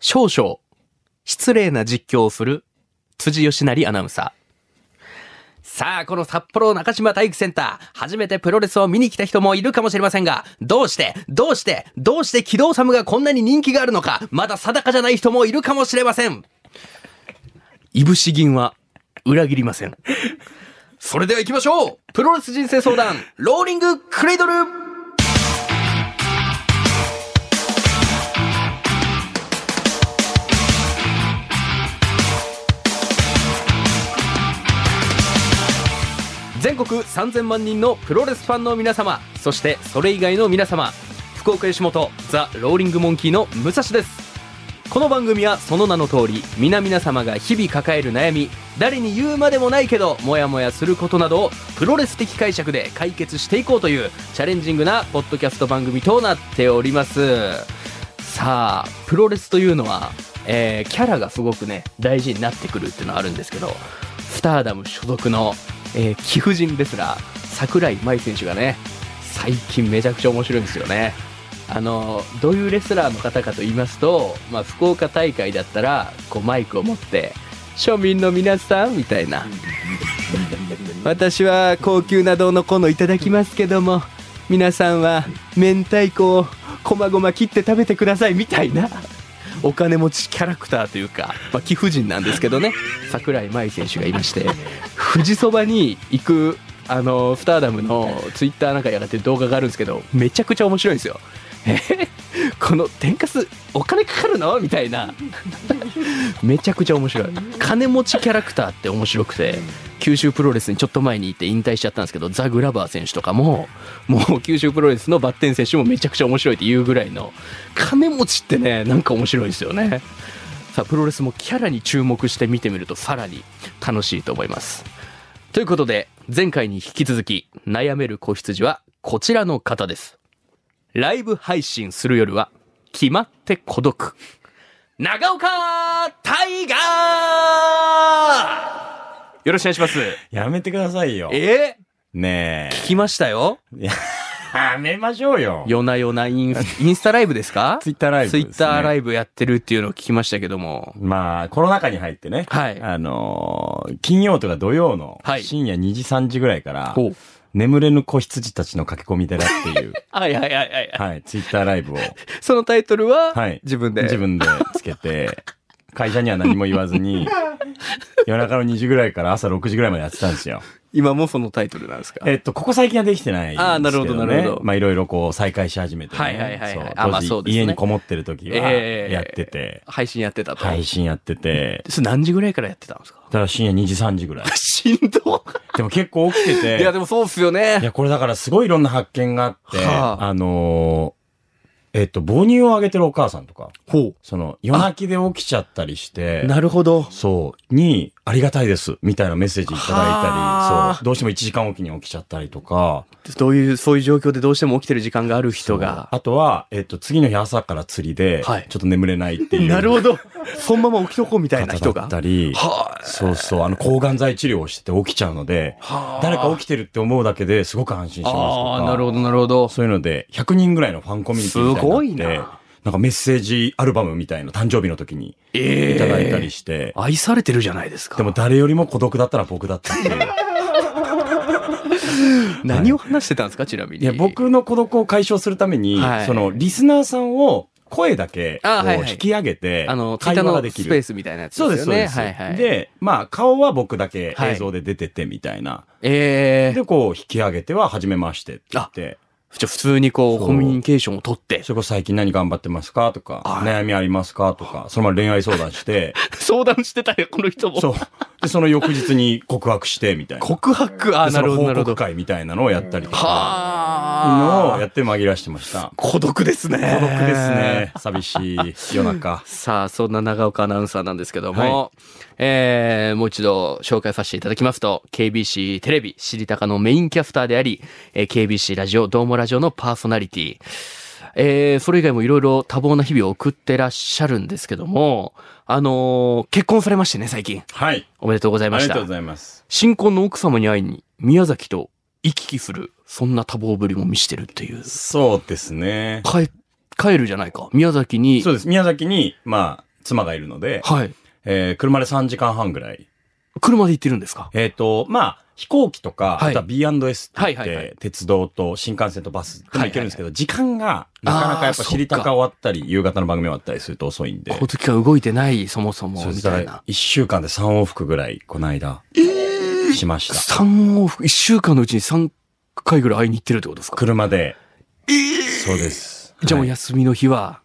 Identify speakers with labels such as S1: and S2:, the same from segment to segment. S1: 少々、失礼な実況をする辻吉成アナウンサー。さあ、この札幌中島体育センター、初めてプロレスを見に来た人もいるかもしれませんが、どうして、どうして、どうして、木戸治がこんなに人気があるのか、まだ定かじゃない人もいるかもしれません。いぶし銀は、裏切りません。それでは行きましょうプロレス人生相談、ローリングクレイドル全国3000万人のプロレスファンの皆様そしてそれ以外の皆様福岡吉本ザ・ローリングモンキーの武蔵ですこの番組はその名の通り皆々様が日々抱える悩み誰に言うまでもないけどモヤモヤすることなどをプロレス的解釈で解決していこうというチャレンジングなポッドキャスト番組となっておりますさあプロレスというのは、えーキャラがすごくね大事になってくるっていうのはあるんですけどスターダム所属の、えー貴婦人レスラー桜井舞選手がね最近めちゃくちゃ面白いんですよねあのどういうレスラーの方かと言いますと、まあ、福岡大会だったらこうマイクを持って庶民の皆さんみたいな私は高級などのこのいただきますけども皆さんは明太子をこまごま切って食べてくださいみたいなお金持ちキャラクターというか、まあ、貴婦人なんですけど ね桜井舞選手がいまして富士そばに行くあのスターダムのツイッターなんかやがってる動画があるんですけどめちゃくちゃ面白いんですよ。えこの天かすお金かかるのみたいなめちゃくちゃ面白い金持ちキャラクターって面白くて九州プロレスにちょっと前にいて引退しちゃったんですけどザ・グラバー選手とかももう九州プロレスのバッテン選手もめちゃくちゃ面白いって言うぐらいの金持ちってねなんか面白いですよねさあプロレスもキャラに注目して見てみるとさらに楽しいと思いますということで前回に引き続き悩める子羊はこちらの方ですライブ配信する夜は決まって孤独長岡大河よろしくお願いします。
S2: やめてくださいよ。
S1: え
S2: ね
S1: ー、聞きましたよ。
S2: え。やめましょうよ。
S1: 夜な夜なイ ンインスタライブですか
S2: ツイッターライブ
S1: ツ
S2: で
S1: イ
S2: すね
S1: ッターライブやってるっていうのを聞きましたけども。
S2: まあ、コロナ禍に入ってね。
S1: はい
S2: あのー金曜とか土曜の
S1: はい
S2: 深夜2時3時ぐらいから、
S1: ほう
S2: 眠れぬ子羊たちの駆け込み寺って いう、
S1: はいはいはいはい。
S2: はい、ツイッターライブを、
S1: そのタイトルは、
S2: はい。
S1: 自分で。
S2: 自分でつけて、会社には何も言わずに、夜中の2時ぐらいから朝6時ぐらいまでやってたんですよ。
S1: 今もそのタイトルなんですか
S2: えっと、ここ最近はできてないんですけど、ね。
S1: あーなるほどなるほど
S2: まあ、いろいろこう、再開し始めて、ね。
S1: はいはいはいはい
S2: そう
S1: あまあ
S2: 当時
S1: そうですね
S2: 家にこもってる時は、
S1: ええ
S2: やってて、
S1: 配信やってたと。
S2: 配信やってて、
S1: それ何時ぐらいからやってたんですか
S2: ただ深夜2時3時ぐらい。
S1: しんど。
S2: でも結構起きて て、
S1: いやでもそうっすよね。
S2: いやこれだからすごいいろんな発見があって、
S1: はあ
S2: あ、のーえっと、母乳をあげてるお母さんとか、
S1: ほ
S2: その、夜泣きで起きちゃったりして、
S1: なるほど。
S2: そう、に、ありがたいです、みたいなメッセージいただ
S1: はい
S2: た
S1: あ
S2: り、そう、どうしても1時間おきに起きちゃったりとか、
S1: どういう、そういう状況でどうしても起きてる時間がある人が。
S2: あとは、えっと、次の日朝から釣りで、
S1: はい
S2: ちょっと眠れないってい う。
S1: なるほ ど。そのまま起きとこうみたいな
S2: 方
S1: 人
S2: だ
S1: が
S2: っ。たり、
S1: は
S2: そうそう、あの、抗がん剤治療をしてて起きちゃうので、
S1: はあ
S2: 誰か起きてるって思うだけですごく安心しますとか。
S1: ああ、なるほど、なるほど。
S2: そういうので、100人ぐらいのファンコミュニティみたいになって
S1: すごいな
S2: なんかメッセージアルバムみたいな誕生日の時に
S1: え
S2: いただいたりして、
S1: 愛されてるじゃないですか。
S2: でも誰よりも孤独だったら 僕だったっていう。
S1: 何を話してたんですか、ちなみに。
S2: いや、、僕の孤独を解消するために、
S1: はい
S2: その、リスナーさんを声だけこ
S1: あはいは
S2: う
S1: い
S2: 引き上げて、
S1: あの、ツイッ
S2: 会
S1: ター
S2: 話が
S1: の
S2: でき
S1: ス
S2: る。
S1: ペースみたいなやつです
S2: そ
S1: よ
S2: う
S1: ね。
S2: です、そうです。
S1: はいはい。、
S2: で、まあ、顔は僕だけ
S1: はい
S2: 映像で出ててみたいな。
S1: えー、
S2: で、こう、引き上げては、初めましてって言って、
S1: じゃあ普通にこう、
S2: そう
S1: コミュニケーションを取って、
S2: それこそ最近何頑張ってますかとか、
S1: はい
S2: 悩みありますかとか、そのまま恋愛相談 して、
S1: 相談してたよ、この人も。
S2: そう。で、その翌日に告白して、みたいな。
S1: 告白、あー、
S2: で
S1: な
S2: そ
S1: る
S2: の
S1: ほど、な
S2: 報
S1: るほ
S2: 告
S1: ど。
S2: 会みたいなのをやったりとか、の
S1: は
S2: を
S1: あ。
S2: やって紛らしてました。
S1: 孤独ですね。
S2: 孤独ですね。。寂しい夜 中。
S1: さあ、そんな長岡アナウンサーなんですけども、
S2: は
S1: えーもう一度紹介させていただきますと、KBC テレビ、知りたかのメインキャスターであり、えー KBC ラジオ、どうもラジオのパーソナリティ。えーそれ以外もいろいろ多忙な日々を送ってらっしゃるんですけども、あのー結婚されましてね、最近。
S2: はい。
S1: おめでとうござい
S2: あ
S1: ま
S2: り
S1: し
S2: が
S1: た
S2: とうご。ざいます。
S1: 新婚の奥様に会いに、宮崎と行き来する、そんな多忙ぶりも見してるっていう。
S2: そうですね。
S1: 帰、帰るじゃないか。宮崎に
S2: そうです。宮崎に、まあ、妻がいるので、
S1: はい。
S2: えー車で3時間半ぐらい。
S1: 車で行ってるんですか
S2: えっ、と、まあ、飛行機とか、
S1: はい
S2: あとは B&S って言って、
S1: はいはいはい
S2: 鉄道と新幹線とバスでも行けるんですけど、時間が、なかなかやっぱ
S1: あー
S2: 知りたか終わったり、夕方の番組終わったりすると遅いんで。
S1: 交通機関動いてない、そもそも、
S2: そうで
S1: み
S2: すだ
S1: た
S2: か
S1: い
S2: ら
S1: な。
S2: 1週間で3往復ぐらい、この間、しました。
S1: 三往復、一週間のうちに3回ぐらい会いに行ってるってことですか
S2: 車で。そうです。
S1: じゃあもう
S2: はい
S1: 休みの日は、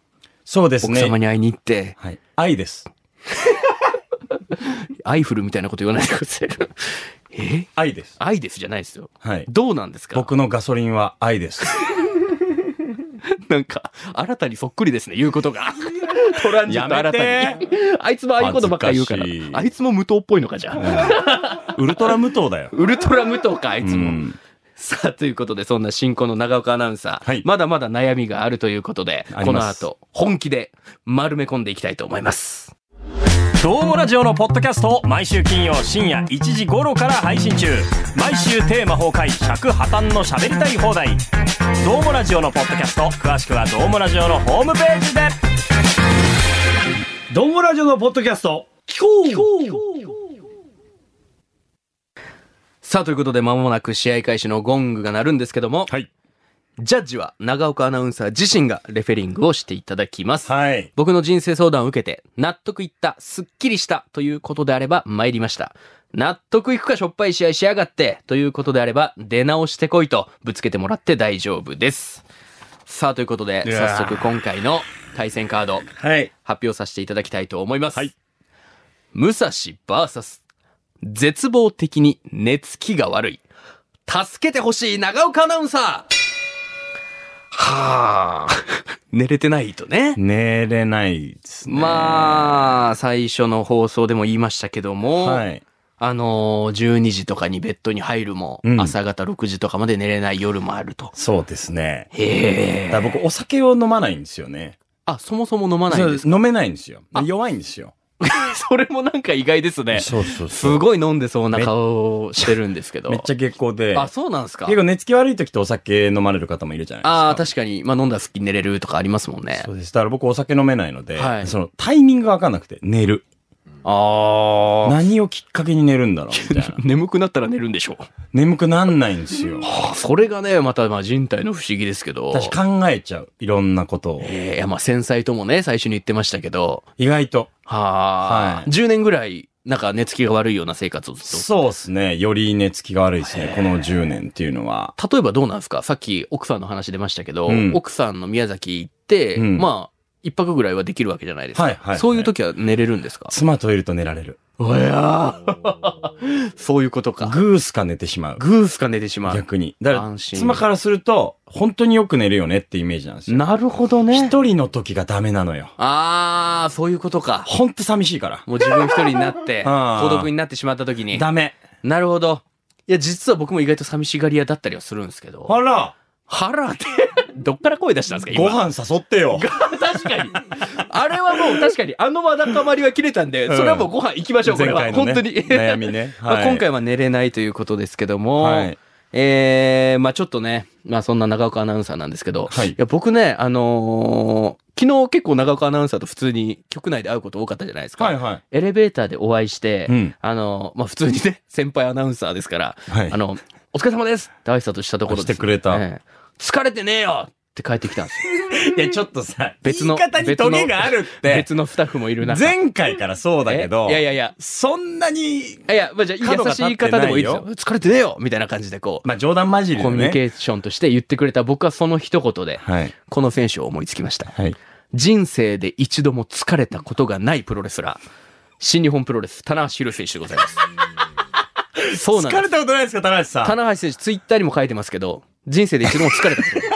S2: そうです
S1: 奥
S2: ね。
S1: 様に会いに行って、
S2: はい。愛です。
S1: アイフルみたいなこと言わないでください。 え
S2: 愛です。
S1: 愛ですじゃないですよ。
S2: はい。
S1: どうなんですか
S2: 僕のガソリンは愛です。
S1: なんか、新たにそっくりですね、言うこと が。トランジット新た
S2: や
S1: に。あいつもああいうことばっかり言うから。
S2: 恥ずかしい
S1: あいつも無党っぽいのか、じゃあ。
S2: ウルトラ無糖だよ。
S1: ウルトラ無党か、あいうつも。
S2: ん。
S1: さあ、ということで、そんな新婚の長岡アナウンサー、
S2: はい
S1: まだまだ悩みがあるということで、
S2: あり
S1: この
S2: ます
S1: 後、本気で丸め込んでいきたいと思います。
S2: どうもラジオのポッドキャストを毎週金曜深夜1時頃から配信中毎週テーマ崩壊尺破綻の喋りたい放題どうもラジオのポッドキャスト詳しくはどうもラジオのホームページで
S3: どうもラジオのポッドキャスト。聞こう聞こう
S1: さあ、ということで、間もなく試合開始のゴングが鳴るんですけども、
S2: はい
S1: ジャッジは長岡アナウンサー自身がレフェリングをしていただきます。
S2: はい
S1: 僕の人生相談を受けて、納得いった、すっきりしたということであれば参りました。納得いくかしょっぱい試合しやがってということであれば、出直してこいとぶつけてもらって大丈夫です。さあ、ということで、
S2: いやー
S1: 早速今回の対戦カード、
S2: はい
S1: 発表させていただきたいと思います。
S2: はい
S1: 武蔵 VS、絶望的に寝つきが悪い。助けてほしい長岡アナウンサーはあ、 寝れてないとね。
S2: 寝れないですね
S1: まあ、最初の放送でも言いましたけども、
S2: はい
S1: あのー、12時とかにベッドに入るも、
S2: うん
S1: 朝方6時とかまで寝れない夜もあると。
S2: そうですね
S1: へえ。
S2: だから僕お酒を飲まないんですよね
S1: あ、そもそも飲まないんです
S2: そう飲めないんですよ
S1: あ
S2: 弱いんですよ
S1: か それもなんか意外ですね。
S2: そうそう
S1: す
S2: そう
S1: ごい飲んでそうな顔をしてるんですけど。
S2: めっちゃ月光で
S1: あ、そうなんですか
S2: 結構寝つき悪い時ってお酒飲まれる方もいるじゃないですか
S1: ああ、確かに。まあ飲んだらすっきり寝れるとかありますもんね
S2: そ。うです。だから僕お酒飲めないので、
S1: はい
S2: そのタイミングがわかんなくて、寝る。
S1: ああ。。
S2: 何をきっかけに寝るんだろうみたいな
S1: 眠くなったら寝るんでしょう。
S2: 眠くなんないんで すよ。
S1: あそれがね、またまあ人体の不思議ですけど。
S2: 私考えちゃう。いろんなことを。
S1: えーいや、まあ繊細ともね、最初に言ってましたけど、
S2: 意外と。
S1: はあ、
S2: はい
S1: 10年ぐらい、なんか寝つきが悪いような生活をずっ
S2: そうですね。より寝つきが悪いですね。この10年っていうのは。
S1: と。例えばどうなんですかさっき奥さんの話出ましたけど、
S2: うん
S1: 奥さんの宮崎行って、
S2: うん
S1: まあ、一泊ぐらいはできるわけじゃないですか。
S2: はいはいはい
S1: そういう時は寝れるんですか
S2: 妻といると寝られる。
S1: いや そういうことか。
S2: グースか寝てしまう。
S1: グースか寝てしまう。
S2: 逆に。だから、
S1: 安心
S2: 妻からすると、本当によく寝るよねってイメージなんですよ。
S1: なるほどね。
S2: 一人の時がダメなのよ。
S1: ああ、そういうこと か。
S2: ほんと寂しいから。、
S1: もう自分一人になって
S2: あー
S1: 孤独になってしまった時に。
S2: ダメ。
S1: なるほど。いや、実は僕も意外と寂しがり屋だったりはするんですけど。
S2: あら、
S1: 腹っ て、どっから声出したんですか
S2: ご
S1: 今。
S2: 飯誘ってよ。
S1: 確かに。あれはもう確かに、あのわだかまりは切れたんで、
S2: うん
S1: それはもうご飯行きましょう、これは。
S2: 前回のね
S1: 本当に。
S2: 悩みね。
S1: まあ
S2: はい
S1: 今回は寝れないということですけども、
S2: はい
S1: えー、まあちょっとね、まあそんな長岡アナウンサーなんですけど、
S2: はい
S1: や僕ね、あのー昨日結構長岡アナウンサーと普通に局内で会うこと多かったじゃないですか。
S2: はいはい。
S1: エレベーターでお会いして、
S2: うん
S1: あのーまあ普通にね、先輩アナウンサーですから、
S2: はい
S1: あの、お疲れ様ですって挨拶したところです、
S2: してくれた
S1: ええ疲れてねえよって帰ってきたんですよ
S2: いや、ちょっとさ、
S1: 別の
S2: 言い方にトゲがあるって、
S1: 別のスタッフもいるな。
S2: 前回からそうだけど、
S1: えいやいやいや。
S2: そんなに、
S1: いや、まあ、じゃあ
S2: 角が
S1: 優し
S2: 立ってないいよ
S1: 方でもいいですよ。疲れてねえよみたいな感じでこう、
S2: まあ冗談交じりで
S1: コミュニ
S2: ね。
S1: ケーションとして言ってくれた僕はその一言で、
S2: はい。
S1: この選手を思いつきました。
S2: はい。
S1: 人生で一度も疲れたことがないプロレスラー、新日本プロレス、棚橋宏選手でござい ます。そうなん
S2: 疲
S1: で
S2: れ
S1: す。
S2: たことないですか、田中さん。
S1: 棚橋選手、ツイッターにも書いてますけど、人生で一度も疲れたことない。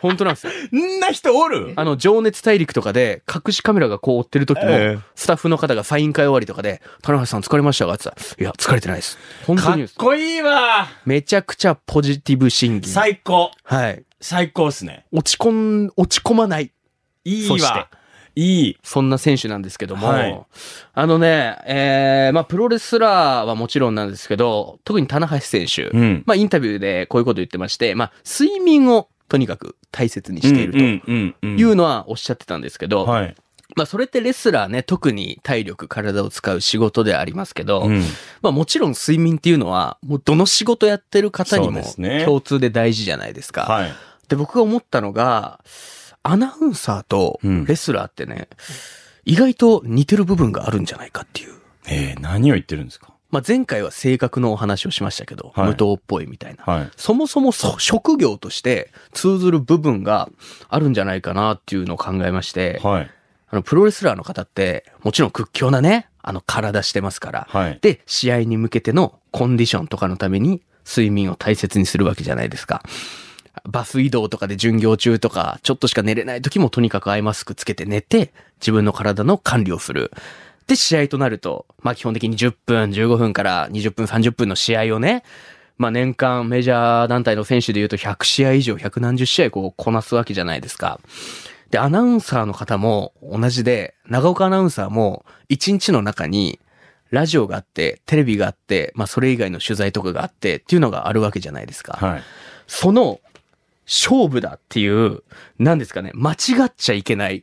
S1: 本当なんですよ。
S2: んな人お る
S1: あの、情熱大陸とかで、隠しカメラがこう追ってる時も
S2: ええ、
S1: スタッフの方がサイン会終わりとかで、田中さん疲れましたかって言ったら、いや、疲れてないです。本当
S2: か
S1: に
S2: っ
S1: です。
S2: こいいわ
S1: めちゃくちゃポジティブシンキング。
S2: 最高。
S1: はい。
S2: 最高っすね。
S1: 落ち込ん、落ち込まない。
S2: い
S1: そ
S2: い
S1: して
S2: わ。いい。
S1: そんな選手なんですけども、
S2: はい
S1: あのね、えー、まあ、プロレスラーはもちろんなんですけど、特に棚橋選手、
S2: ん。
S1: まあ、インタビューでこういうこと言ってまして、まあ、睡眠をとにかく大切にしていると
S2: うんうんうんうん。
S1: いうのはおっしゃってたんですけど、
S2: はい。
S1: まあそれってレスラーね、特に体力、体を使う仕事ではありますけど、
S2: うん
S1: まあもちろん睡眠っていうのは、もうどの仕事やってる方に
S2: そう
S1: も
S2: ですね
S1: 共通で大事じゃないですか。
S2: はい。
S1: で、僕が思ったのが、アナウンサーと
S2: うん
S1: レスラーってね、意外と似てる部分があるんじゃないかっていう。
S2: えー、何を言ってるんですか
S1: まあ前回は性格のお話をしましたけど、
S2: はい
S1: 無党っぽいみたいな。
S2: はい。
S1: そもそもそ職業として通ずる部分があるんじゃないかなっていうのを考えまして、
S2: はい。
S1: あのプロレスラーの方って、もちろん屈強なね、あの体してますから、
S2: はい。
S1: で、試合に向けてのコンディションとかのために睡眠を大切にするわけじゃないですか。バス移動とかで巡業中とか、ちょっとしか寝れない時もとにかくアイマスクつけて寝て、自分の体の管理をする。で、試合となると、まあ基本的に10分、15分から20分、30分の試合をね、まあ年間メジャー団体の選手で言うと100試合以上、100何十試合こうこなすわけじゃないですか。で、アナウンサーの方も同じで、長岡アナウンサーも1日の中にラジオがあって、テレビがあって、まあそれ以外の取材とかがあってっていうのがあるわけじゃないですか。
S2: はい。
S1: その勝負だっていう、何ですかね、間違っちゃいけない。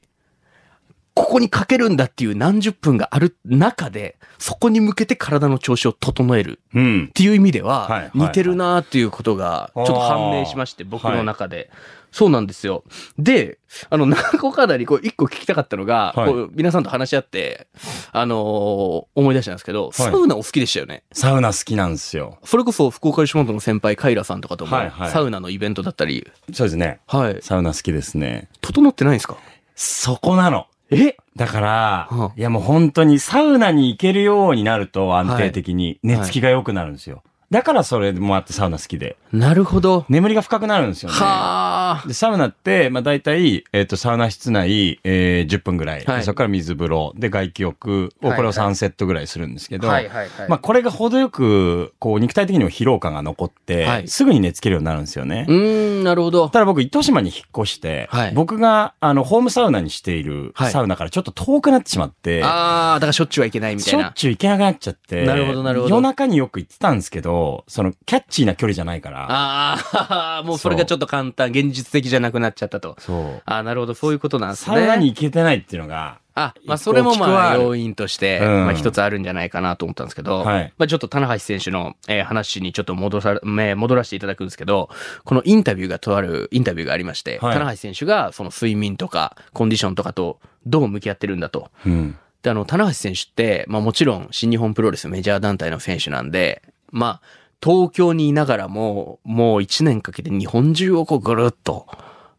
S1: ここにかけるんだっていう何十分がある中で、そこに向けて体の調子を整えるっ
S2: うん。
S1: ていう意味で
S2: はいは、
S1: はい似てるなーっていうことが、ちょっと判明しまして、
S2: あー
S1: 僕の中で。そうなんですよ。で、あの、何個かなりこう、一個聞きたかったのが、
S2: はい
S1: こう皆さんと話し合って、あのー思い出したんですけど、サウナお好きでしたよね。
S2: サウナ好きなんですよ。
S1: それこそ福岡吉本の先輩カイラさんとかとも、
S2: はいはい
S1: サウナのイベントだったり、
S2: そうですね。
S1: はい。
S2: サウナ好きですね。
S1: 整ってないんですか
S2: そこなの。
S1: え
S2: だから、
S1: うん
S2: いやもう本当にサウナに行けるようになると安定的に
S1: い
S2: 寝つきが良くなるんですよ。だからそれもあってサウナ好きで。
S1: なるほど。
S2: 眠りが深くなるんですよね。
S1: はあ。
S2: で、サウナって、まあ大体、えっ、と、サウナ室内、えー、10分ぐらい。
S1: はい
S2: でそこから水風呂。で、外気浴を、
S1: はい
S2: これを3セットぐらいするんですけど、
S1: はいは
S2: まあこれが程よく、こう、肉体的にも疲労感が残って、
S1: はい
S2: すぐに寝つけるようになるんですよね。
S1: うーん、なるほど。
S2: ただ僕、糸島に引っ越して、
S1: はい
S2: 僕が、あの、ホームサウナにしている
S1: はい
S2: サウナからちょっと遠くなってしまって、
S1: ああ、だからしょっちゅうはいけないみた
S2: し
S1: い
S2: ょっ
S1: な。
S2: ちゅう行けなくなっちゃって、
S1: なるほどなるほど
S2: 夜中によく行ってたんですけど、その、キャッチーな距離じゃないから、
S1: ああ、もうそれがちょっと簡単、現実的じゃなくなっちゃったと。
S2: そう。
S1: ああ、なるほど、そういうことなんです
S2: サ
S1: ね。
S2: ウナに行けてないっていうのが、
S1: あ、まあ、それも
S2: 大きくは
S1: ま
S2: あ
S1: あ、
S2: る
S1: 要因として、
S2: うん
S1: まあ、一つあるんじゃないかなと思ったんですけど、
S2: はい
S1: まあ、ちょっと、棚橋選手の、えー話にちょっと戻さ、め戻らせていただくんですけど、このインタビューがとあるインタビューがありまして、
S2: はい
S1: 棚橋選手が、その睡眠とか、コンディションとかと、どう向き合ってるんだと。
S2: うん。
S1: で、あの、棚橋選手って、まあもちろん新日本プロレスメジャー団体の選手なんで、まあ、東京にいながらも、もう1年かけて日本中をこうぐるっと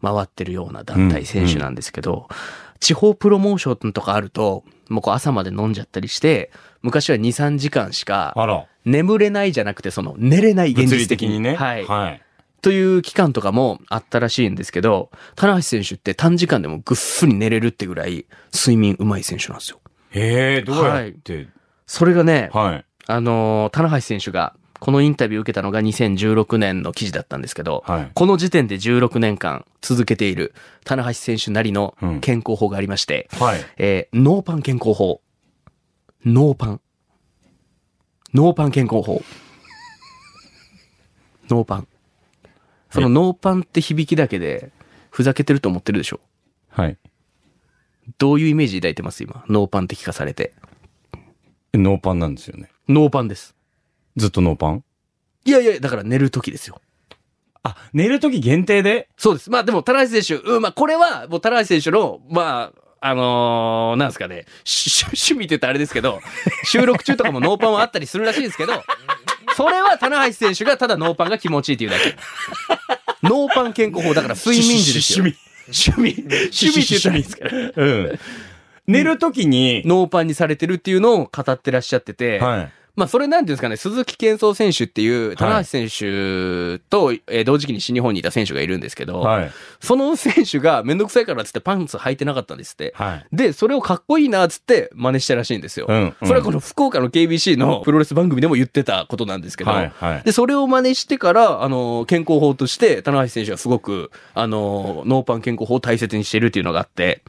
S1: 回ってるような団体選手なんですけど、地方プロモーションとかあると、もうこう朝まで飲んじゃったりして、昔は2、3時間しか、
S2: あら。
S1: 眠れないじゃなくて、その、寝れない現
S2: 物
S1: 実
S2: 理
S1: 的
S2: 的
S1: に。
S2: にね。
S1: はい。
S2: はい。
S1: という期間とかもあったらしいんですけど、棚橋選手って短時間でもぐっすり寝れるってぐらい、睡眠うまい選手なんですよ。
S2: へえ、どうやって。
S1: それがね、
S2: はい。
S1: あのー、棚橋選手が、このインタビューを受けたのが2016年の記事だったんですけど、
S2: はい。
S1: この時点で16年間続けている、棚橋選手なりの
S2: うん
S1: 健康法がありまして、
S2: はい。
S1: えーノーパン健康法。ノーパン。ノーパン健康法。ノーパン。そのノーパンって響きだけで、ふざけてると思ってるでしょ
S2: はい。
S1: どういうイメージ抱いてます今。ノーパンって聞かされて。
S2: ノーパンなんですよね。
S1: ノーパンです。
S2: ずっとノーパン
S1: いやいや、だから寝る時ですよ。
S2: あ、寝るとき限定で
S1: そうです。まあでも、田橋選手、うん、まあこれは、もう田橋選手の、まあ、あのーなんですかね、し趣味って言ったらあれですけど、収録中とかもノーパンはあったりするらしいですけど、それは田橋選手がただノーパンが気持ちいいっていうだけ。ノーパン健康法だから睡眠時ですよ。
S2: 趣
S1: 趣味。趣味って言ったらいいですけど、
S2: 味。うん。寝るときに、
S1: ノーパンにされてるっていうのを語ってらっしゃってて、
S2: はい。
S1: まあ、それなんていうんですかね、鈴木健三選手っていう、棚橋選手と、えー同時期に新日本にいた選手がいるんですけど、
S2: はい。
S1: その選手がめんどくさいからっつってパンツ履いてなかったんですって。
S2: はい。
S1: で、それをかっこいいなっつって真似したらしいんですよ。
S2: うんうん
S1: それはこの福岡の KBC のプロレス番組でも言ってたことなんですけど、
S2: はい。はい。
S1: で、それを真似してから、あの、健康法として、棚橋選手はすごく、あの、ノーパン健康法を大切にしてるっていうのがあって、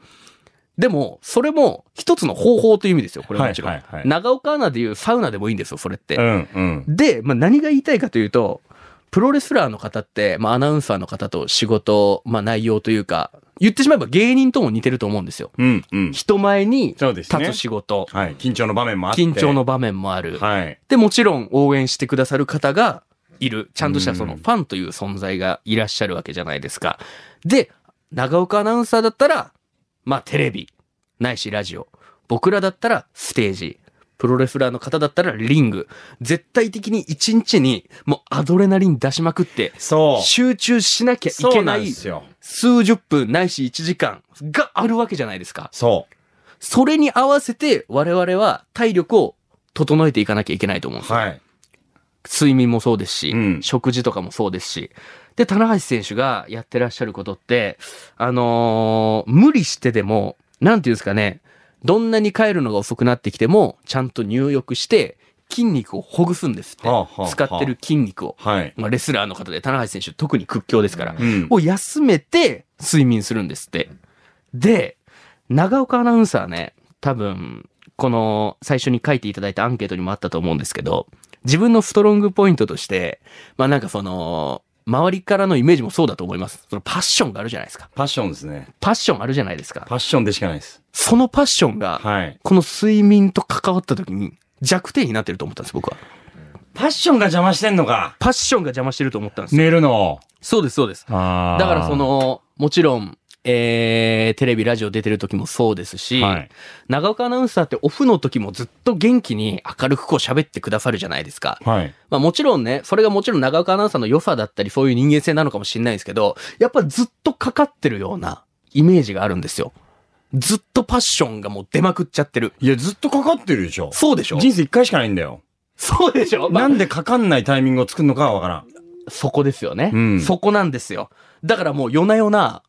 S1: でも、それも一つの方法という意味ですよ、これはもちろん。
S2: はいはいはい
S1: 長岡アナでいうサウナでもいいんですよ、それって。
S2: うん。うん。
S1: で、まあ、何が言いたいかというと、プロレスラーの方って、まあ、アナウンサーの方と仕事、まあ、内容というか、言ってしまえば芸人とも似てると思うんですよ。
S2: うんうん。
S1: 人前に
S2: そう
S1: 立
S2: ですね
S1: つ仕事、
S2: はい。緊張の場面もあって。
S1: 緊張の場面もある。
S2: はい。
S1: で、もちろん応援してくださる方がいる。ちゃんとしたその
S2: うん
S1: ファンという存在がいらっしゃるわけじゃないですか。で、長岡アナウンサーだったら、まあテレビ、ないしラジオ。僕らだったらステージ。プロレスラーの方だったらリング。絶対的に一日にもうアドレナリン出しまくって、
S2: そ
S1: 集中しなきゃ
S2: う。
S1: い
S2: そ
S1: け
S2: うな
S1: なん
S2: で
S1: い
S2: すよ。
S1: 数十分ないし1時間があるわけじゃないですか。
S2: そ
S1: それに合わせて我々は体力を整えていかなきゃいけないと思うん
S2: う。
S1: ですよ。
S2: はい。
S1: 睡眠もそうですし、
S2: うん
S1: 食事とかもそうですし。で、棚橋選手がやってらっしゃることって、あのー無理してでも、なんていうんですかね、どんなに帰るのが遅くなってきても、ちゃんと入浴して、筋肉をほぐすんですって。
S2: はあはあはあ
S1: 使ってる筋肉を。
S2: はい。
S1: まあ、レスラーの方で、棚橋選手特に屈強ですから。
S2: うん。
S1: を休めて睡眠するんですって。で、長岡アナウンサーね、多分、この最初に書いていただいたアンケートにもあったと思うんですけど、自分のストロングポイントとして、まあなんかその、周りからのイメージもそうだと思います。そのパッションがあるじゃないですか。
S2: パッションですね。
S1: パッションあるじゃないですか。
S2: パッションでしかないです。
S1: そのパッションが、
S2: はい。
S1: この睡眠と関わった時に弱点になってると思ったんです、僕は。
S2: パッションが邪魔してんのか。
S1: パッションが邪魔してると思ったんですよ。
S2: 寝るの。
S1: そうです、そうです。
S2: あー
S1: だからそ、の、もちろん、えー、テレビ、ラジオ出てる時もそうですし、
S2: はい。
S1: 長岡アナウンサーってオフの時もずっと元気に明るくこう喋ってくださるじゃないですか。
S2: はい。
S1: まあもちろんね、それがもちろん長岡アナウンサーの良さだったり、そういう人間性なのかもしれないですけど、やっぱずっとかかってるようなイメージがあるんですよ。ずっとパッションがもう出まくっちゃってる。
S2: いや、ずっとかかってるでしょ。
S1: そうでしょ
S2: 人生一回しかないんだよ。
S1: そうでしょ、まあ
S2: なんでかかんないタイミングを作るのかはわからん。
S1: そこですよね、
S2: うん
S1: そこなんですよ。だからもう夜な夜な、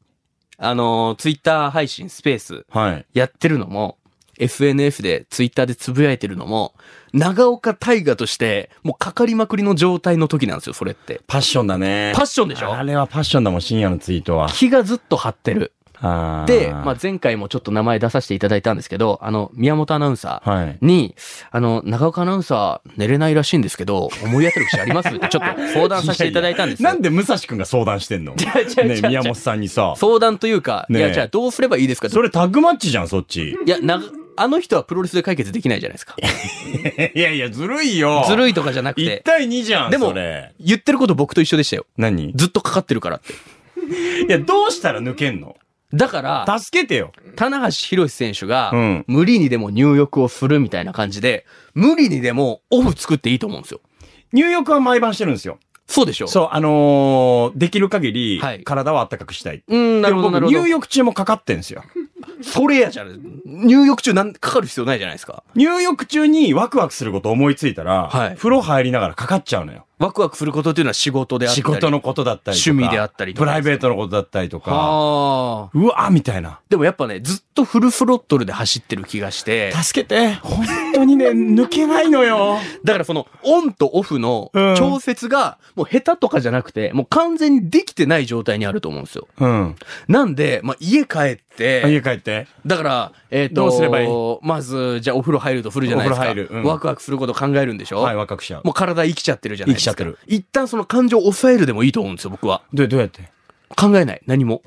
S1: あのツイッター Twitter 配信スペース、
S2: はい。
S1: やってるのも、SNS で、ツイッターでつぶやいてるのも、長岡大河として、もうかかりまくりの状態の時なんですよ、それって。
S2: パッションだね。
S1: パッションでしょ
S2: あれはパッションだもん、深夜のツイートは。
S1: 気がずっと張ってる。
S2: あー
S1: で、まあ、前回もちょっと名前出させていただいたんですけど、あの、宮本アナウンサー。
S2: はい。
S1: に、あの、長岡アナウンサー寝れないらしいんですけど、思い当たる節あります ってちょっと相談させていただいたんですよ。
S2: なんで武蔵くんが相談してんのね
S1: 違う違う違う違う
S2: 宮本さんにさ。
S1: 相談というか、い
S2: ねえ
S1: や、じゃあどうすればいいですかって
S2: それタッグマッチじゃん、そっち。
S1: いや、な、あの人はプロレスで解決できないじゃないですか。
S2: いやいや、ずるいよ。
S1: ずる
S2: い。
S1: いとかじゃなく
S2: 1
S1: て、
S2: 対2じゃん、
S1: でも
S2: それ。
S1: 言ってること僕と一緒でしたよ。
S2: 何い
S1: ずっとかかってるからって。
S2: や、どうしたら抜けんの
S1: だから、
S2: 助けてよ。
S1: 棚橋宏選手が
S2: うん、
S1: 無理にでも入浴をするみたいな感じで、無理にでもオフ作っていいと思うんですよ。
S2: 入浴は毎晩してるんですよ。
S1: そうでしょう。
S2: そう、あのーできる限り
S1: はい、
S2: 体は暖かくしたい。
S1: うん、なるほど、
S2: で
S1: なる
S2: も僕
S1: ほど
S2: 入。浴中もかかってんですよ。
S1: それやじゃん。入浴中なん、かかる必要ないじゃないですか。
S2: 入浴中にワクワクすること思いついたら、
S1: はい
S2: 風呂入りながらかかっちゃうのよ。
S1: ワクワクすることっていうのは仕事であったり。
S2: 仕事。のことだったりとか。
S1: 趣味であったりとか
S2: プライベートのことだったりとか。
S1: ああ。
S2: うわみたいな。
S1: でもやっぱね、ずっとフルスロットルで走ってる気がして、
S2: 助けて。本当にね、抜けないのよ。
S1: だからその、オンとオフの
S2: うん
S1: 調節が、もう下手とかじゃなくて、もう完全にできてない状態にあると思うんですよ。
S2: うん。
S1: なんで、まあ、家帰って、
S2: 家帰って。
S1: だから、えっ、と、
S2: どうすればいい
S1: まず、じゃあお風呂入るとするじゃないですか。
S2: お風呂入るうん
S1: ワクワクすること考えるんでしょ
S2: はい、ワクワクしちゃう
S1: も。う体生きちゃってるじゃないですか。
S2: 生きちゃって
S1: 一旦その感情を抑えるでもいいと思うんですよ、僕は。
S2: どどうやって
S1: 考えない。何も。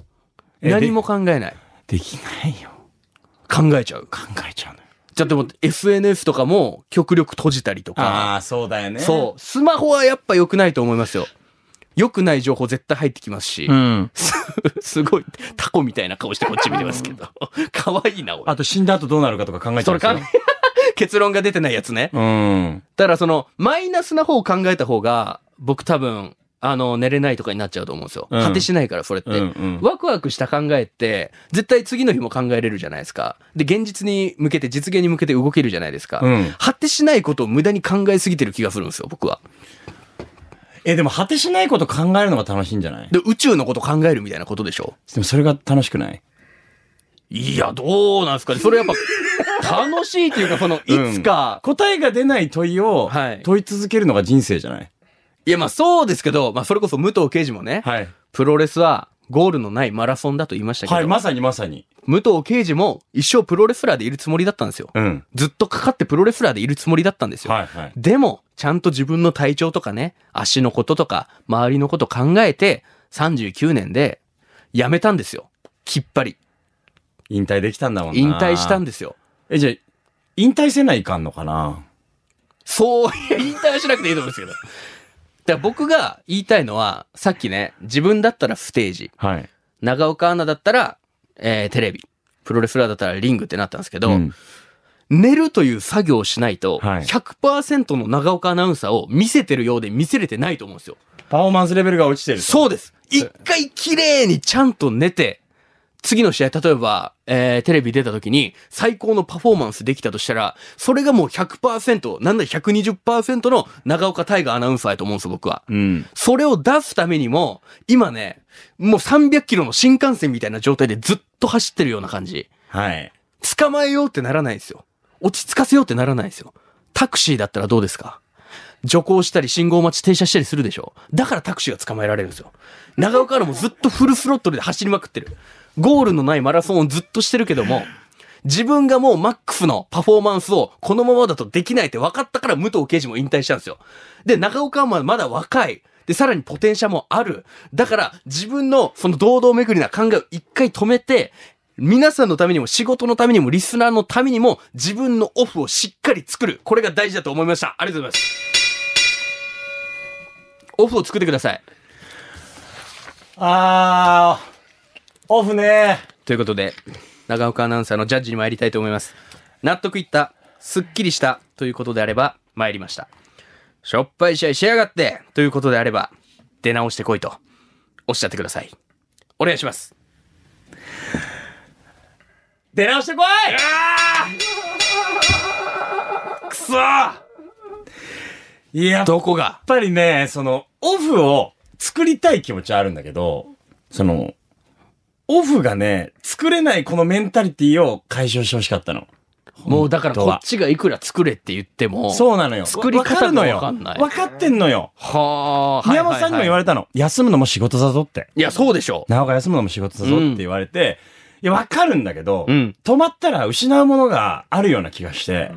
S2: えで
S1: 何も考えない。
S2: できないよ。
S1: 考えちゃう。
S2: 考えちゃうのよ。
S1: じゃあでも、SNS とかも極力閉じたりとか。
S2: ああ、そうだよね。
S1: そう。スマホはやっぱ良くないと思いますよ。良くない情報絶対入ってきますし。
S2: ん。
S1: す すごい、タコみたいな顔してこっち見てますけど。可愛いな、俺。
S2: あと死んだ後どうなるかとか考えちゃ
S1: そうれ
S2: んですよ。
S1: か、 結論が出てないやつね。
S2: うん。
S1: だからその、マイナスな方を考えた方が、僕多分、あの、寝れないとかになっちゃうと思うんですよ。
S2: うん
S1: 果てしないから、それって。
S2: うんうん
S1: ワクワクした考えって、絶対次の日も考えれるじゃないですか。で、現実に向けて、実現に向けて動けるじゃないですか。
S2: うん
S1: 果てしないことを無駄に考えすぎてる気がするんですよ、僕は。
S2: え、でも果てしないこと考えるのが楽しいんじゃない
S1: で、宇宙のこと考えるみたいなことでしょ
S2: でもそれが楽しくない
S1: いや、どうなんですかね。それやっぱ、楽しいっていうか、その、いつか、
S2: 答えが出ない問いを
S1: はい
S2: 問い続けるのが人生じゃない
S1: いや、まあそうですけど、まあそれこそ武藤刑事もね、
S2: はい。
S1: プロレスはゴールのないマラソンだと言いましたけど、
S2: はい、まさにまさに。
S1: 武藤敬司も一生プロレスラーでいるつもりだったんですよ。
S2: うん。
S1: ずっとかかってプロレスラーでいるつもりだったんですよ。
S2: はいはい。
S1: でも、ちゃんと自分の体調とかね、足のこととか、周りのこと考えて、39年で、辞めたんですよ。きっぱり。
S2: 引退できたんだもんな。
S1: 引退したんですよ。
S2: え、じゃあ、引退せないかんのかな
S1: そう、いや引退はしなくていいと思うんですけど。だから僕が言いたいのは、さっきね、自分だったらステージ、
S2: はい。
S1: 長岡アナだったら、えーテレビ、プロレスラーだったらリングってなったんですけど、
S2: うん
S1: 寝るという作業をしないと、
S2: はい
S1: 100%の長岡アナウンサーを見せてるようで見せれてないと思うんですよ。
S2: パフォーマンスレベルが落ちてる。
S1: そうです一回綺麗にちゃんと寝て、次の試合、例えば、えー、テレビ出た時に最高のパフォーマンスできたとしたら、それがもう100%、なんだ120%の長岡大河アナウンサーやと思うんですよ、僕は。
S2: うん。
S1: それを出すためにも、今ね、もう300キロの新幹線みたいな状態でずっと走ってるような感じ。
S2: はい。
S1: 捕まえようってならないんですよ。落ち着かせようってならないんですよ。タクシーだったらどうですか徐行したり信号待ち停車したりするでしょだからタクシーが捕まえられるんですよ。長岡アナもずっとフルスロットルで走りまくってる。ゴールのないマラソンをずっとしてるけども、自分がもうマックスのパフォーマンスをこのままだとできないって分かったから武藤刑事も引退したんですよ。で、長岡はまだ若い。で、さらにポテンシャルもある。だから自分のその堂々巡りな考えを一回止めて、皆さんのためにも仕事のためにもリスナーのためにも自分のオフをしっかり作る。これが大事だと思いました。ありがとうございます。オフを作ってください。
S2: あー、オフね
S1: ということで、長岡アナウンサーのジャッジに参りたいと思います。納得いった、すっきりしたということであれば、参りました。しょっぱい試合しやがってということであれば、出直してこいと、おっしゃってください。お願いします。
S2: 出直してこい
S1: くそー
S2: いや、やっ
S1: どこが
S2: ぱりね、その、オフを作りたい気持ちはあるんだけど、その、オフがね、作れないこのメンタリティを解消してほしかったの。
S1: もうだから
S2: 本当
S1: こ
S2: は
S1: っちがいくら作れって言っても。
S2: そうなのよ。
S1: 作り方がわかんない
S2: わかるのよわかってんのよ。
S1: はあ。
S2: 宮本さんにも言わ
S1: れ
S2: れたの。休むのも仕事だぞって。
S1: いや、そうでしょ
S2: 長岡休むのも仕事だぞって言われて、いや、わかるんだけど、
S1: うん
S2: 止まったら失うものがあるような気がして、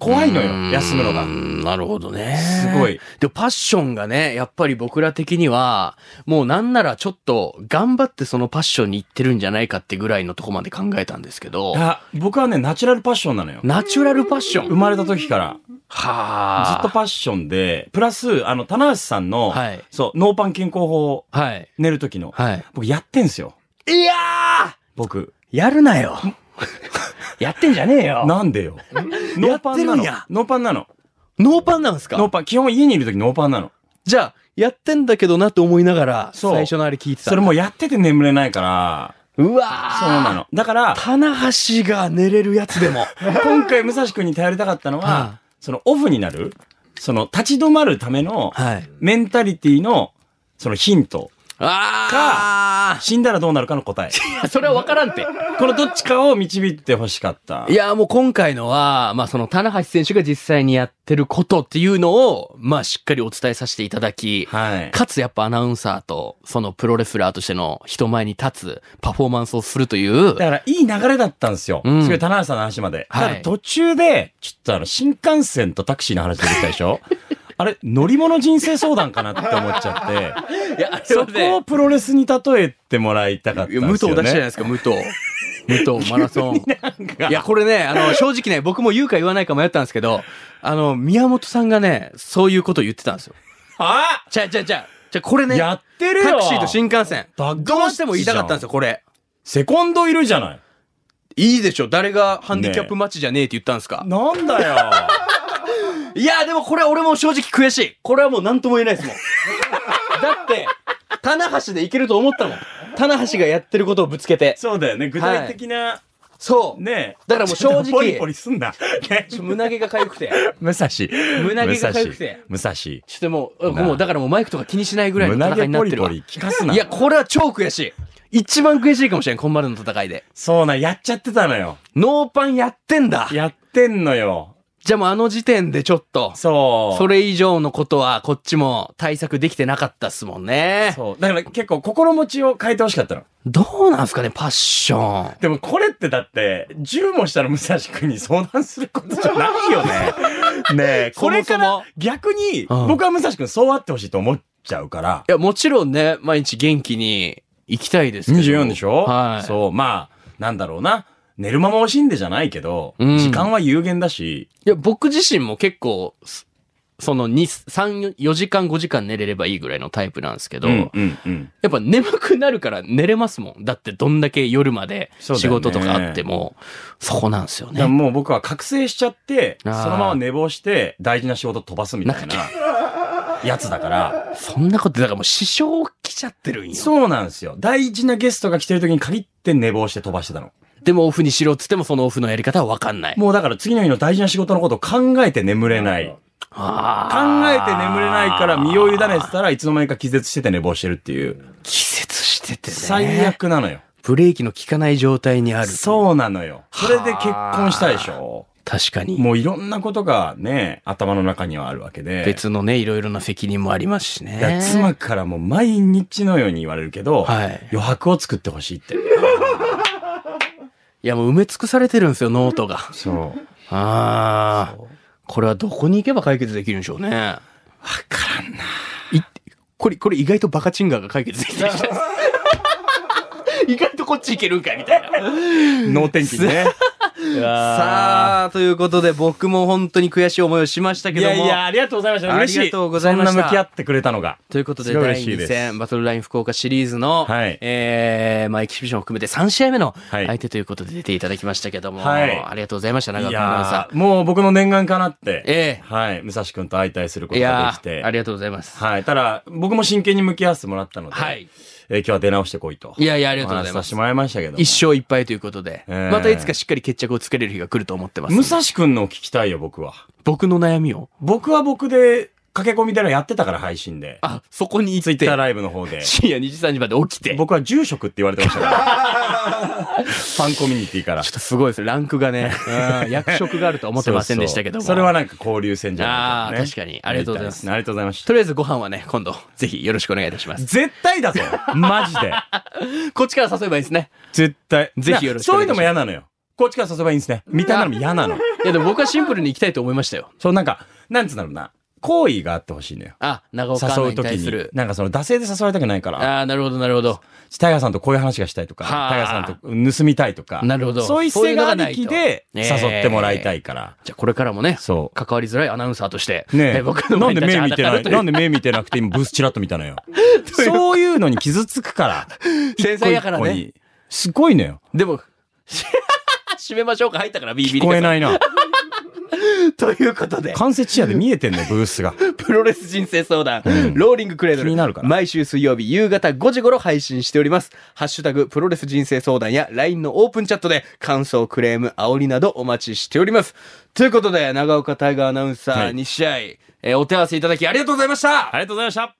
S2: 怖いの
S1: う
S2: よ、
S1: ん
S2: 休むのが
S1: う。んなるほどね。
S2: すごい。
S1: でもパッションがね、やっぱり僕ら的には、もうなんならちょっと頑張ってそのパッションに行ってるんじゃないかってぐらいのとこまで考えたんですけど、
S2: あ僕はね、ナチュラルパッションなのよ。
S1: ナチュラルパッショ
S2: 生
S1: ン。
S2: まれた時から、ず
S1: はあ。
S2: っとパッションで、プラス、あの、棚橋さんの、
S1: はい
S2: そう、ノーパン健康法、
S1: はい。
S2: 寝る時の、
S1: はい。
S2: 僕やってんすよ、
S1: いや
S2: 僕。
S1: ーやるなよやってんじゃねえよ
S2: なんでよ。ノーパ
S1: や
S2: ン
S1: ってる
S2: なんの
S1: や。
S2: ノーパンなの。
S1: ノーパンなんです
S2: ノー
S1: か
S2: パン、基本家にいる時ノーパンなの。
S1: じゃあ、やってんだけどなと思いながら、
S2: そう
S1: 最初のあれ聞いてた。
S2: それもうやってて眠れないから、
S1: うわー
S2: そうなの。だから、
S1: 棚橋が寝れるやつでも。
S2: 今回武蔵君に頼りたかったの
S1: は
S2: は、そのオフになる、その立ち止まるための
S1: はい。
S2: メンタリティの、そのヒント。
S1: あ
S2: 死んだらどうなるかの 答え。
S1: あそれは分からんって。
S2: このどっちかを導いてほしかった
S1: い。や、もう今回のは、まあその、棚橋選手が実際にやってることっていうのを、まあしっかりお伝えさせていただき、
S2: はい。
S1: かつやっぱアナウンサーと、そのプロレスラーとしての人前に立つ、パフォーマンスをするという
S2: だ、から、いい流れだったんですよ。
S1: うん
S2: すごい、田中さんの話まで。
S1: はい
S2: ただ、途中で、ちょっとあの、新幹線とタクシーの話出てきたで しょあれ、乗り物人生相談かなって思っちゃっ
S1: いや、
S2: て、そこをプロレスに例えてもらいたかった
S1: い
S2: んです
S1: や
S2: よ、ね。
S1: 武藤出したじゃないですか、武藤。武藤、マラ ソン。いや、これね、あの、正直ね、僕も言うか言わないか迷ったんですけど、あの、宮本さんがね、そういうこと言ってたんですよ。
S2: あ
S1: じゃあじゃあじゃあじゃあこれね、
S2: や
S1: タ
S2: ってるよ
S1: クシーと新幹線。
S2: バックマッチじゃん
S1: どうしても言いたかったんですよ、これ。
S2: セコンドいるじゃない。
S1: いいでしょ誰がハンディキャップマッチじゃねえって言ったんですか、
S2: なんだ よ。
S1: いや、でもこれ俺も正直悔しい。これはもう何とも言えないですもん。 だって、棚橋でいけると思ったもん。棚橋がやってることをぶつけて。
S2: そうだよね。具体的な、
S1: そう。
S2: ね。
S1: だからもう正直
S2: ちょっとポリポリす んな。ね
S1: ちょ胸毛が痒くて。
S2: 武蔵。
S1: 胸毛が
S2: 武蔵
S1: 痒くて
S2: 武蔵。
S1: ちょっともう、
S2: なあ
S1: もうだからもうマイクとか気にしないぐらいの
S2: 胸
S1: 戦い
S2: 毛
S1: になっ
S2: ポ
S1: てる
S2: リポ
S1: わ。
S2: リ
S1: い
S2: 聞かすな。
S1: や、これは超悔しい。一番悔しいかもしれん、こんまでの戦いで。
S2: そうなん、やっちゃってたのよ。
S1: ノーパンやってんだ
S2: やってんのよ。
S1: じゃあもうあの時点でちょっと、
S2: そう。
S1: それ以上のことはこっちも対策できてなかったっすもんね。
S2: そう。だから結構心持ちを変えてほしかったの。
S1: どうなんすかね、パッション。
S2: でもこれってだって、10問したら武蔵君に相談することじゃないよね。 ねえ、これか
S1: そも
S2: ら逆に
S1: うん
S2: 僕は武蔵君そうあってほしいと思っちゃうから。
S1: いや、もちろんね、毎日元気に行きたいですけど。
S2: 24でしょ
S1: はい。い
S2: そう、まあ、なんだろうな。寝る間も惜しんでじゃないけど、
S1: うん
S2: 時間は有限だし、
S1: や、僕自身も結構、すその2、3、4時間5時間寝れればいいぐらいのタイプなんですけど、
S2: うんうんうん
S1: やっぱ眠くなるから寝れますもん。だってどんだけ夜まで
S2: そうだ
S1: 仕
S2: よね
S1: 事とかあっても、そ,、こなんですよ
S2: だから
S1: ね。
S2: もう僕は覚醒しちゃって、そ
S1: あ
S2: の
S1: ー
S2: まま寝坊して大事な仕事飛ばすみたいなやつだから、
S1: そんなこと、だからもう支障来ちゃってるんよ。
S2: そうなんですよ。大事なゲストが来てる時に限って寝坊して飛ばしてたの。
S1: でもオフにしろっつってもそのオフのやり方はわかんない。
S2: もうだから次の日の大事な仕事のことを考えて眠れない。
S1: あ
S2: 考え
S1: ー
S2: て眠れないから身を委ねてたらいつの間にか気絶してて寝坊してるっていう。
S1: 気絶しててね。
S2: 最。悪なのよ。
S1: ブレーキの効かない状態にある。う。
S2: そうなのよ。それで結婚したでしょ。
S1: 確かに。
S2: もういろんなことがね、頭の中にはあるわけで。
S1: 別のね、いろいろな責任もありますしね
S2: だか。ら妻からもう毎日のように言われるけど、
S1: はい
S2: 余白を作ってほしいって。
S1: いや、もう埋め尽くされてるんですよ、ノートが。
S2: そう。
S1: ああ。これはどこに行けば解決できるんでしょうね。わからんな。これ、これ意外とバカチンガーが解決できてるじゃないですか意外とこっち行けるんかいみたいな。
S2: 脳天気 ね。さあ。
S1: さあ、ということで僕も本当に悔しい思いをしましたけ
S2: い
S1: ども。
S2: やいや、ありがとうございました。
S1: あ
S2: 嬉しい。
S1: りがとうございました
S2: そんな向き合ってくれたのが。
S1: ということで、
S2: すごい
S1: 第
S2: 嬉しいで
S1: 2
S2: す
S1: 戦、バトルライン福岡シリーズの、
S2: はい
S1: えー、まあ、エキシビションを含めて3試合目の
S2: はい
S1: 相手ということで出ていただきましたけども、
S2: はい
S1: ありがとうございました、長
S2: い
S1: 岡
S2: や
S1: さ
S2: ーもう僕の念願かなって。
S1: ええ
S2: はい。武蔵君と相対する
S1: ん。
S2: こ
S1: い
S2: とが
S1: や
S2: でき
S1: ーあ
S2: て。
S1: りがとうございます。
S2: はい。ただ、僕も真剣に向き合わせてもらったので、
S1: はい。
S2: えー今日は出直してこいと。
S1: いやいや、ありがとうござい
S2: お話
S1: ま
S2: しさせ
S1: す
S2: て。もらいましたけど。
S1: 一生いっぱいということで、
S2: ええ
S1: またいつかしっかり決着をつけれる日が来ると思ってます。
S2: 武蔵君のを聞きたいよ、僕は。
S1: 僕の悩みを。
S2: 僕は僕で、駆け込み寺やってたから配信で。
S1: あ、そこに行
S2: ツイ
S1: っ
S2: ッター
S1: て、
S2: ライブの方で。
S1: 深夜2時3時まで起きて。ちょ
S2: 僕は住職って言われてましたから。 ファンコミュニティから。
S1: っとすごいです。ランクが ね、うん役職があるとは思ってませんでしたけども。
S2: そうそうそれはなんか交流戦じゃない
S1: あー確かにありがとうございます
S2: ありがとうございました。
S1: とりあえずご飯はね、今度、ぜひよろしくお願いいたし ます。
S2: 絶対 だぞマジで
S1: こっちから誘えばいいですね。
S2: 絶対。
S1: ぜひよろしくお
S2: そう
S1: 願
S2: い
S1: いうします
S2: のも嫌なのよ。こっちから誘えばいいんですね。みたいなのも嫌 なの。
S1: いやでも僕はシンプルに行きたいと思いましたよ。
S2: そうなんか、なんつうんだろうな。好意があってほしいのよ。
S1: あ、長岡アナ
S2: 誘う
S1: に
S2: とき
S1: 対す
S2: に
S1: る。。
S2: なんかその、惰性で誘われたくないから。
S1: ああ、なるほど、なるほど。
S2: タイガーさんとこういう話がしたいとか、
S1: はあ
S2: タイガーさんと盗みたいとか。
S1: なるほど
S2: そういう
S1: そうい
S2: 姿
S1: うの
S2: 勢が
S1: が
S2: あ
S1: ない
S2: り
S1: と
S2: きで、
S1: え
S2: 誘
S1: ー
S2: ってもらいたいから。
S1: じゃあこれからもね、
S2: そう。
S1: 関わりづらいアナウンサーとして、
S2: ね
S1: え
S2: え。
S1: 僕の
S2: な
S1: 前に
S2: んで
S1: 立ち
S2: 目
S1: は
S2: 見
S1: だ
S2: て
S1: か
S2: な
S1: る
S2: い、
S1: とい
S2: なん
S1: う。
S2: で目見てなくて今ブースチラッと見 たのよ。そういうのに傷つくから。
S1: 繊細やから
S2: 一個
S1: ね。
S2: 一個に。すごいのよ。
S1: でも、 締めましょうか入ったからビリビリ
S2: 聞こえ
S1: い。
S2: ないな。
S1: ということで、
S2: 関節視野で見えてんのよ、ブースが。
S1: プロレス人生相談、
S2: ん
S1: ローリングクレードル。
S2: 気になるから
S1: 毎週水曜日夕方5時頃配信しております。ハッシュタグ、プロレス人生相談や LINE のオープンチャットで感想、クレーム、煽りなどお待ちしております。ということで、長岡大河アナウンサー
S2: はい
S1: 2試合、えーお手合わせいただきありがとうございました
S2: ありがとうございました。